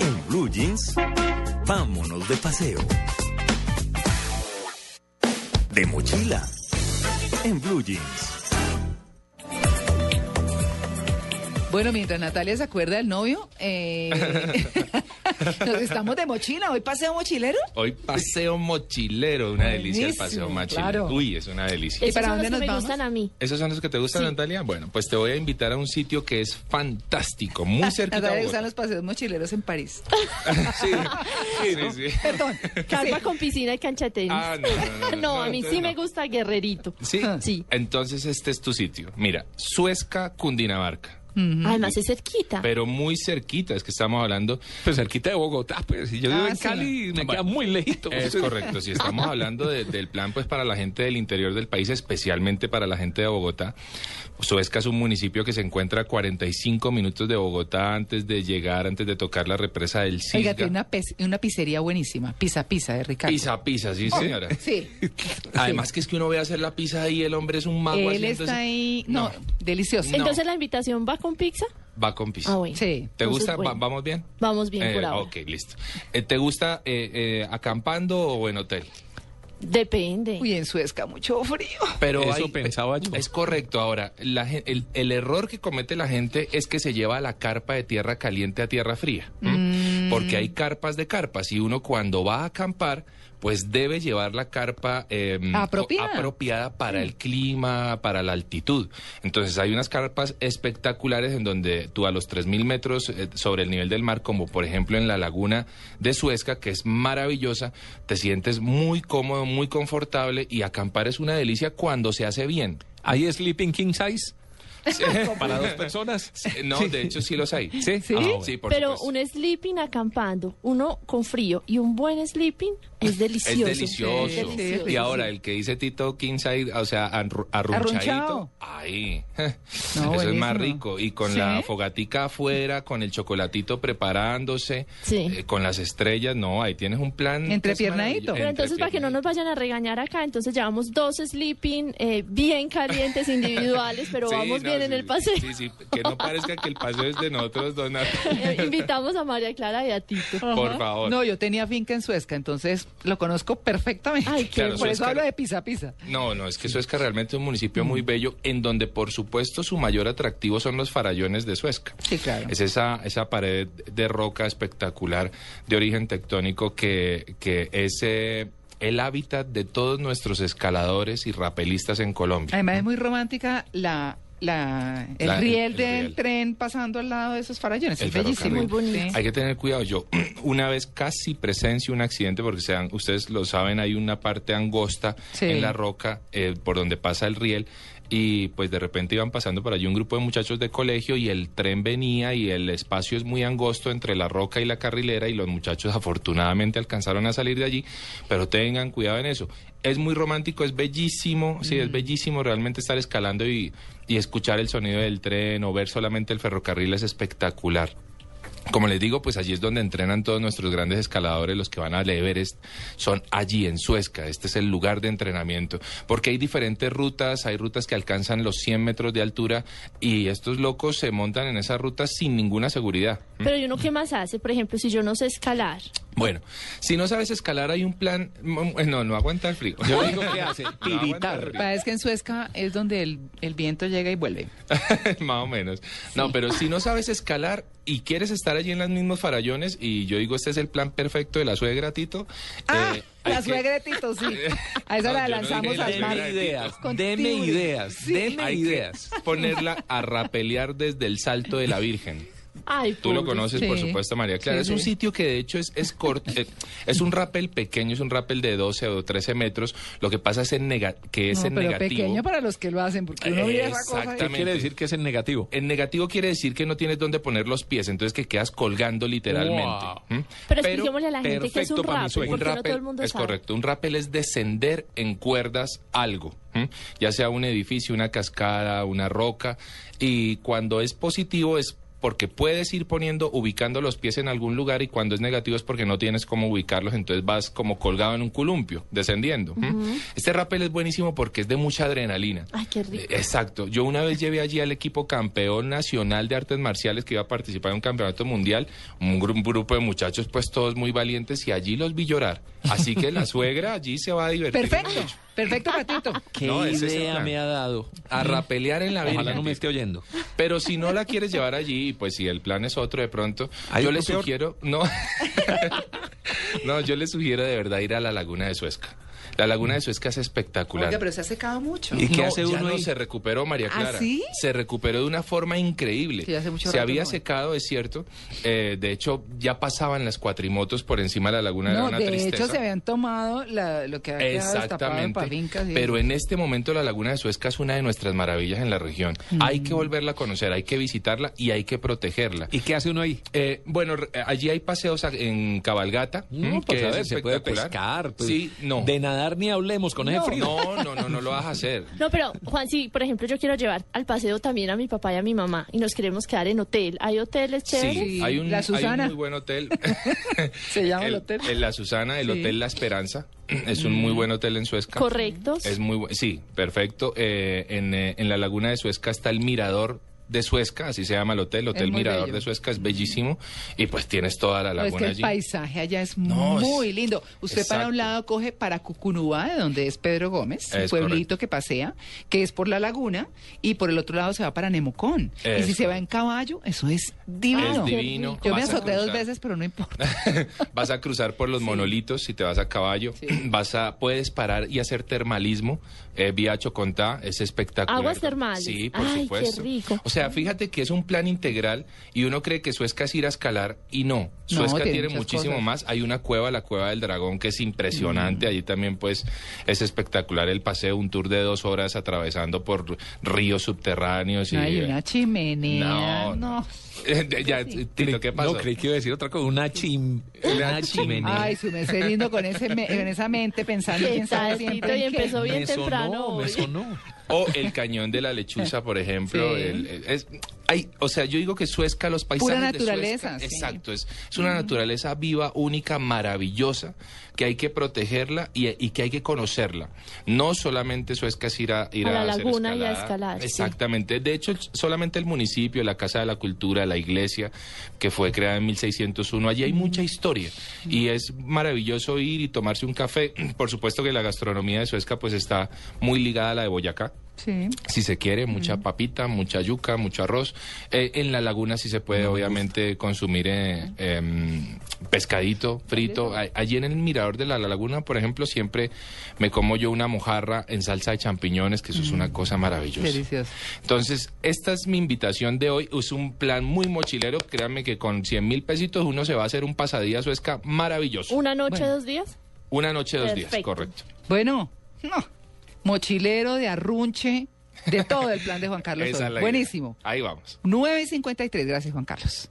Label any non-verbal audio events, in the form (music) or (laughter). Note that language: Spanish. En Blue Jeans, vámonos de paseo. De mochila. En Blue Jeans. Bueno, mientras Natalia se acuerda del novio, eh, nos estamos de mochila. ¿Hoy paseo mochilero? Hoy paseo mochilero, una delicia el paseo Buenísimo, mochilero. claro. Uy, es una delicia. ¿Y para son los dónde nos que vamos? me gustan a (laughs) mí. ¿Esos son los que te gustan, Natalia? Bueno, pues te voy a invitar a un sitio que es fantástico, muy cerca Natalia de le gustan los paseos mochileros en París. (laughs) Sí, sí, sí, sí. Perdón. Carpa con piscina y cancha de tenis. Ah, no, no, no, no, No, a mí entonces sí no. me gusta Guerrerito. Ah, ¿Sí? Sí. Entonces este es tu sitio. Mira, Suezca, Cundinamarca. Además es cerquita. Pero muy cerquita, es que estamos hablando Pues cerquita de Bogotá, pues. Y yo vivo Ah, en sí. Cali y me queda Bueno, muy lejito. Es correcto, si estamos hablando de- del plan pues para la gente del interior del país, especialmente para la gente de Bogotá. Suezca es un municipio que se encuentra a 45 minutos de Bogotá antes de llegar, antes de tocar la represa del Oiga, tiene Cisga. una, pez- una pizzería buenísima. Pizza, pizza de Ricardo. Pisa, pisa, sí señora. Sí. Además que es que uno ve hacer la pizza ahí, el hombre es un mago. Él así, entonces- está ahí. No, No. delicioso. No. Entonces la invitación va con pizza. Va con pizza. Ah, bueno. Sí. ¿Te Entonces, gusta? bueno. Va- ¿Vamos bien? Vamos bien por Eh, ahora. Ok, listo. Eh, ¿Te gusta eh, eh, acampando o en hotel? Depende. Uy, en Suezca, mucho frío. Pero Eso hay- pensaba yo. Es correcto. Ahora, la gen- el, el error que comete la gente es que se lleva la carpa de tierra caliente a tierra fría. ¿m? Porque hay carpas de carpas y uno cuando va a acampar, pues debe llevar la carpa eh, Apropiada. o- apropiada para el clima, para la altitud. Entonces hay unas carpas espectaculares en donde tú a los 3.000 metros eh, sobre el nivel del mar, como por ejemplo en la laguna de Suezca, que es maravillosa, te sientes muy cómodo, muy confortable y acampar es una delicia cuando se hace bien. Hay sleeping king size eh, para dos personas. Eh, No, Sí. de hecho sí los hay. ¿Sí? Ah, bueno. sí por Pero supuesto. un sleeping acampando, uno con frío y un buen sleeping es delicioso. Es delicioso. Sí, sí, delicioso. y ahora el que dice Tito Kinside, o sea, arru- arrunchadito. Arrunchado. Ahí. (laughs) No, Eso es más buenísimo. rico. Y con ¿Sí? la fogatica afuera, con el chocolatito preparándose, Sí. eh, con las estrellas, no, ahí tienes un plan. Entrepiernadito. Pero entonces, para que no nos vayan a regañar acá, entonces llevamos dos sleeping eh, bien calientes individuales, pero vamos bien en el paseo. Sí, sí, que no parezca que el paseo es de nosotros, Donato. (laughs) Eh, invitamos a María Clara y a Tito. Por favor. No, yo tenía finca en Suezca, entonces lo conozco perfectamente. Ay, qué Claro, Por eso Suezca- hablo de pizza, pizza. No, no, es que Suezca realmente es un municipio muy bello en donde, por supuesto, su mayor atractivo son los farallones de Suezca. Sí, claro. Es esa, esa pared de roca espectacular de origen tectónico que, que es eh, el hábitat de todos nuestros escaladores y rapelistas en Colombia. Además es muy romántica la, la el La- el- riel el del riel. tren pasando al lado de esos farallones. El es bellísimo. ferrocarril. Muy bonito. Hay que tener cuidado. Yo (clears throat) una vez casi presencio un accidente porque sean, ustedes lo saben, hay una parte angosta Sí. en la roca eh, por donde pasa el riel y pues de repente iban pasando por allí un grupo de muchachos de colegio y el tren venía y el espacio es muy angosto entre la roca y la carrilera y los muchachos afortunadamente alcanzaron a salir de allí, pero tengan cuidado en eso. Es muy romántico, es bellísimo, sí, es bellísimo realmente estar escalando y, y escuchar el sonido del tren o ver solamente el ferrocarril es espectacular. Como les digo, pues allí es donde entrenan todos nuestros grandes escaladores, los que van al Everest, son allí en Suezca. Este es el lugar de entrenamiento, porque hay diferentes rutas, hay rutas que alcanzan los 100 metros de altura y estos locos se montan en esas rutas sin ninguna seguridad. Pero ¿y uno qué más hace? Por ejemplo, si yo no sé escalar. Bueno, si no sabes escalar, hay un plan. mm, eh, No, no aguanta el frío. (laughs) Yo digo que hace No aguanta el piritar. frío. Pa- Es que en Suezca es donde el, el viento llega y Eh, vuelve. (laughs) Más o menos. No, pero si no sabes escalar y quieres estar allí en los mismos farallones, y yo digo, este es el plan perfecto de la suegra, Tito. Ah, eh, hay la que- suegra de Tito, sí. A esa (laughs) No, la yo no dije lanzamos la al suegra mar. de Deme ideas, Con deme tiburones. ideas, deme Hay que ideas. ponerla a rapelear desde el salto de la Virgen. Ay, Tú lo pobre. conoces, por Sí. supuesto, María Clara. Sí, es un sí. sitio que de hecho es, es corto, eh, es un rappel pequeño, es un rappel de 12 o 13 metros. Lo que pasa es en nega- que es No, en pero negativo. pequeño para los que lo hacen, porque uno mira esa cosa. y- ¿Qué quiere decir que es en negativo? En negativo quiere decir que no tienes dónde poner los pies, entonces que quedas colgando literalmente. Wow. ¿Mm? Pero expliquémosle a la gente qué es un perfecto para mi rappel, sueño. Ah, pues, porque no todo el rappel mundo es sabe. correcto. Un rappel es descender en cuerdas algo, ¿Mm? ya sea un edificio, una cascada, una roca. Y cuando es positivo es porque puedes ir poniendo, ubicando los pies en algún lugar y cuando es negativo es porque no tienes cómo ubicarlos, entonces vas como colgado en un columpio, descendiendo. ¿Mm? Este rappel es buenísimo porque es de mucha adrenalina. Ay, qué rico. Eh, Exacto. Yo una vez llevé allí al equipo campeón nacional de artes marciales que iba a participar en un campeonato mundial, un, gru- un grupo de muchachos pues todos muy valientes y allí los vi llorar. Así que la suegra allí se va a divertir. Perfecto, perfecto patito. ¿Qué No, ese es el idea plan. Ah, me ha dado? A rapelear en la vida. Ojalá no me esté oyendo. Pero si no la quieres llevar allí, pues si el plan es otro de pronto, ¿Hay yo otro le peor? sugiero, no, (laughs) no, yo le sugiero de verdad ir a la Laguna de Suezca. La Laguna de Suezca es espectacular. Oiga, pero se ha secado mucho. ¿Y qué No, hace ya uno no ahí? se recuperó, María ¿Ah, Clara. sí? Se recuperó de una forma increíble. Sí, hace mucho se rato había no voy. secado, es cierto. Eh, de hecho, ya pasaban las cuatrimotos por encima de la laguna. era No, una de tristeza. hecho se habían tomado la- lo que había quedado destapado Exactamente. para fincas. y- Pero en este momento la Laguna de Suezca es una de nuestras maravillas en la región. Hay Mm. que volverla a conocer, hay que visitarla y hay que protegerla. ¿Y qué hace uno ahí? Eh, bueno, re- allí hay paseos a- en cabalgata. No, mm, pues que a es ver, se puede espectacular. pescar. pues, sí, no. De nadar ni hablemos con ese no, frío. no, no, no, no lo vas a hacer. No, pero Juan, sí, por ejemplo, yo quiero llevar al paseo también a mi papá y a mi mamá y nos queremos quedar en hotel. ¿Hay hoteles chéveres? Sí, hay un, La hay un Susana. muy buen hotel. (laughs) se llama el, hotel. La Susana, el Sí. Hotel La Esperanza. Es un muy buen hotel en Suezca. ¿Correctos? Es muy bu- sí, perfecto. Eh, en, eh, en la laguna de Suezca está el mirador de Suezca, así se llama el hotel, Hotel Es muy Mirador bello. de Suezca, es bellísimo. Y pues tienes toda la No, laguna es que el allí. paisaje allá es No, es- muy lindo. Usted para un Exacto. lado coge para Cucunubá, de donde es Pedro Gómez, un Es pueblito correcto. que pasea, que es por la laguna, y por el otro lado se va para Nemocón. y si Es se va correcto. en caballo, eso es divino. Es divino. Yo me Vas a azoté dos cruzar. veces, pero no importa. (laughs) vas a cruzar por los monolitos si te vas a caballo. Sí. (clears throat) Vas a, puedes parar y hacer termalismo. Eh, vía Chocontá es espectacular. Aguas termales. Sí, por Ay, qué supuesto. rico. O sea, fíjate que es un plan integral y uno cree que Suezca es ir a escalar y No, no. Suezca tiene tiene muchas muchísimo cosas. más. Hay una cueva, la cueva del dragón, que es impresionante. Allí también, pues, es espectacular el paseo, un tour de dos horas atravesando por ríos subterráneos. y, No hay una chimenea. No, no. (laughs) ya, Tito, ¿qué pasó? No, creí que iba a decir otra cosa. Una chim... Una chimenea. Ay, su merced lindo con, ese me- con esa (laughs) mente pensando ¿Qué quién sabe tal, siempre Tito? Y en qué. empezó bien me temprano. sonó, hoy. me sonó. O el cañón de la lechuza, por ejemplo. Sí. el- el- es, hay, o sea, yo digo que Suezca, los paisajes. Pura de Suezca- naturaleza, sí. Exacto, es, es una naturaleza viva, única, maravillosa, que hay que protegerla y, y que hay que conocerla. No solamente Suezca es ir a, ir A la hacer laguna y a escalada. escalar, sí. Exactamente. De hecho, solamente el municipio, la Casa de la Cultura, la iglesia, que fue creada en 1601, allí hay mucha historia. Y es maravilloso ir y tomarse un café. (clears throat) Por supuesto que la gastronomía de Suezca, pues está muy ligada a la de Boyacá Sí. si se quiere, mucha papita, mucha yuca, mucho arroz. Eh, en la laguna sí se puede, obviamente, consumir eh, em, pescadito frito. A- Allí en el mirador de la, la laguna, por ejemplo, siempre me como yo una mojarra en salsa de champiñones, que eso es una cosa maravillosa. Delicioso. Entonces, esta es mi invitación de hoy. Es un plan muy mochilero. Créanme que con 100 mil pesitos uno se va a hacer un pasadía suezca maravilloso. ¿Una noche, Bueno. dos días? Una noche, dos días, Perfecto. correcto. Bueno, no. Mochilero de arrunche, de todo el plan de Juan Carlos. (laughs) Esa es Soler. la idea. Buenísimo. Ahí vamos. 9 y 53. Gracias, Juan Carlos.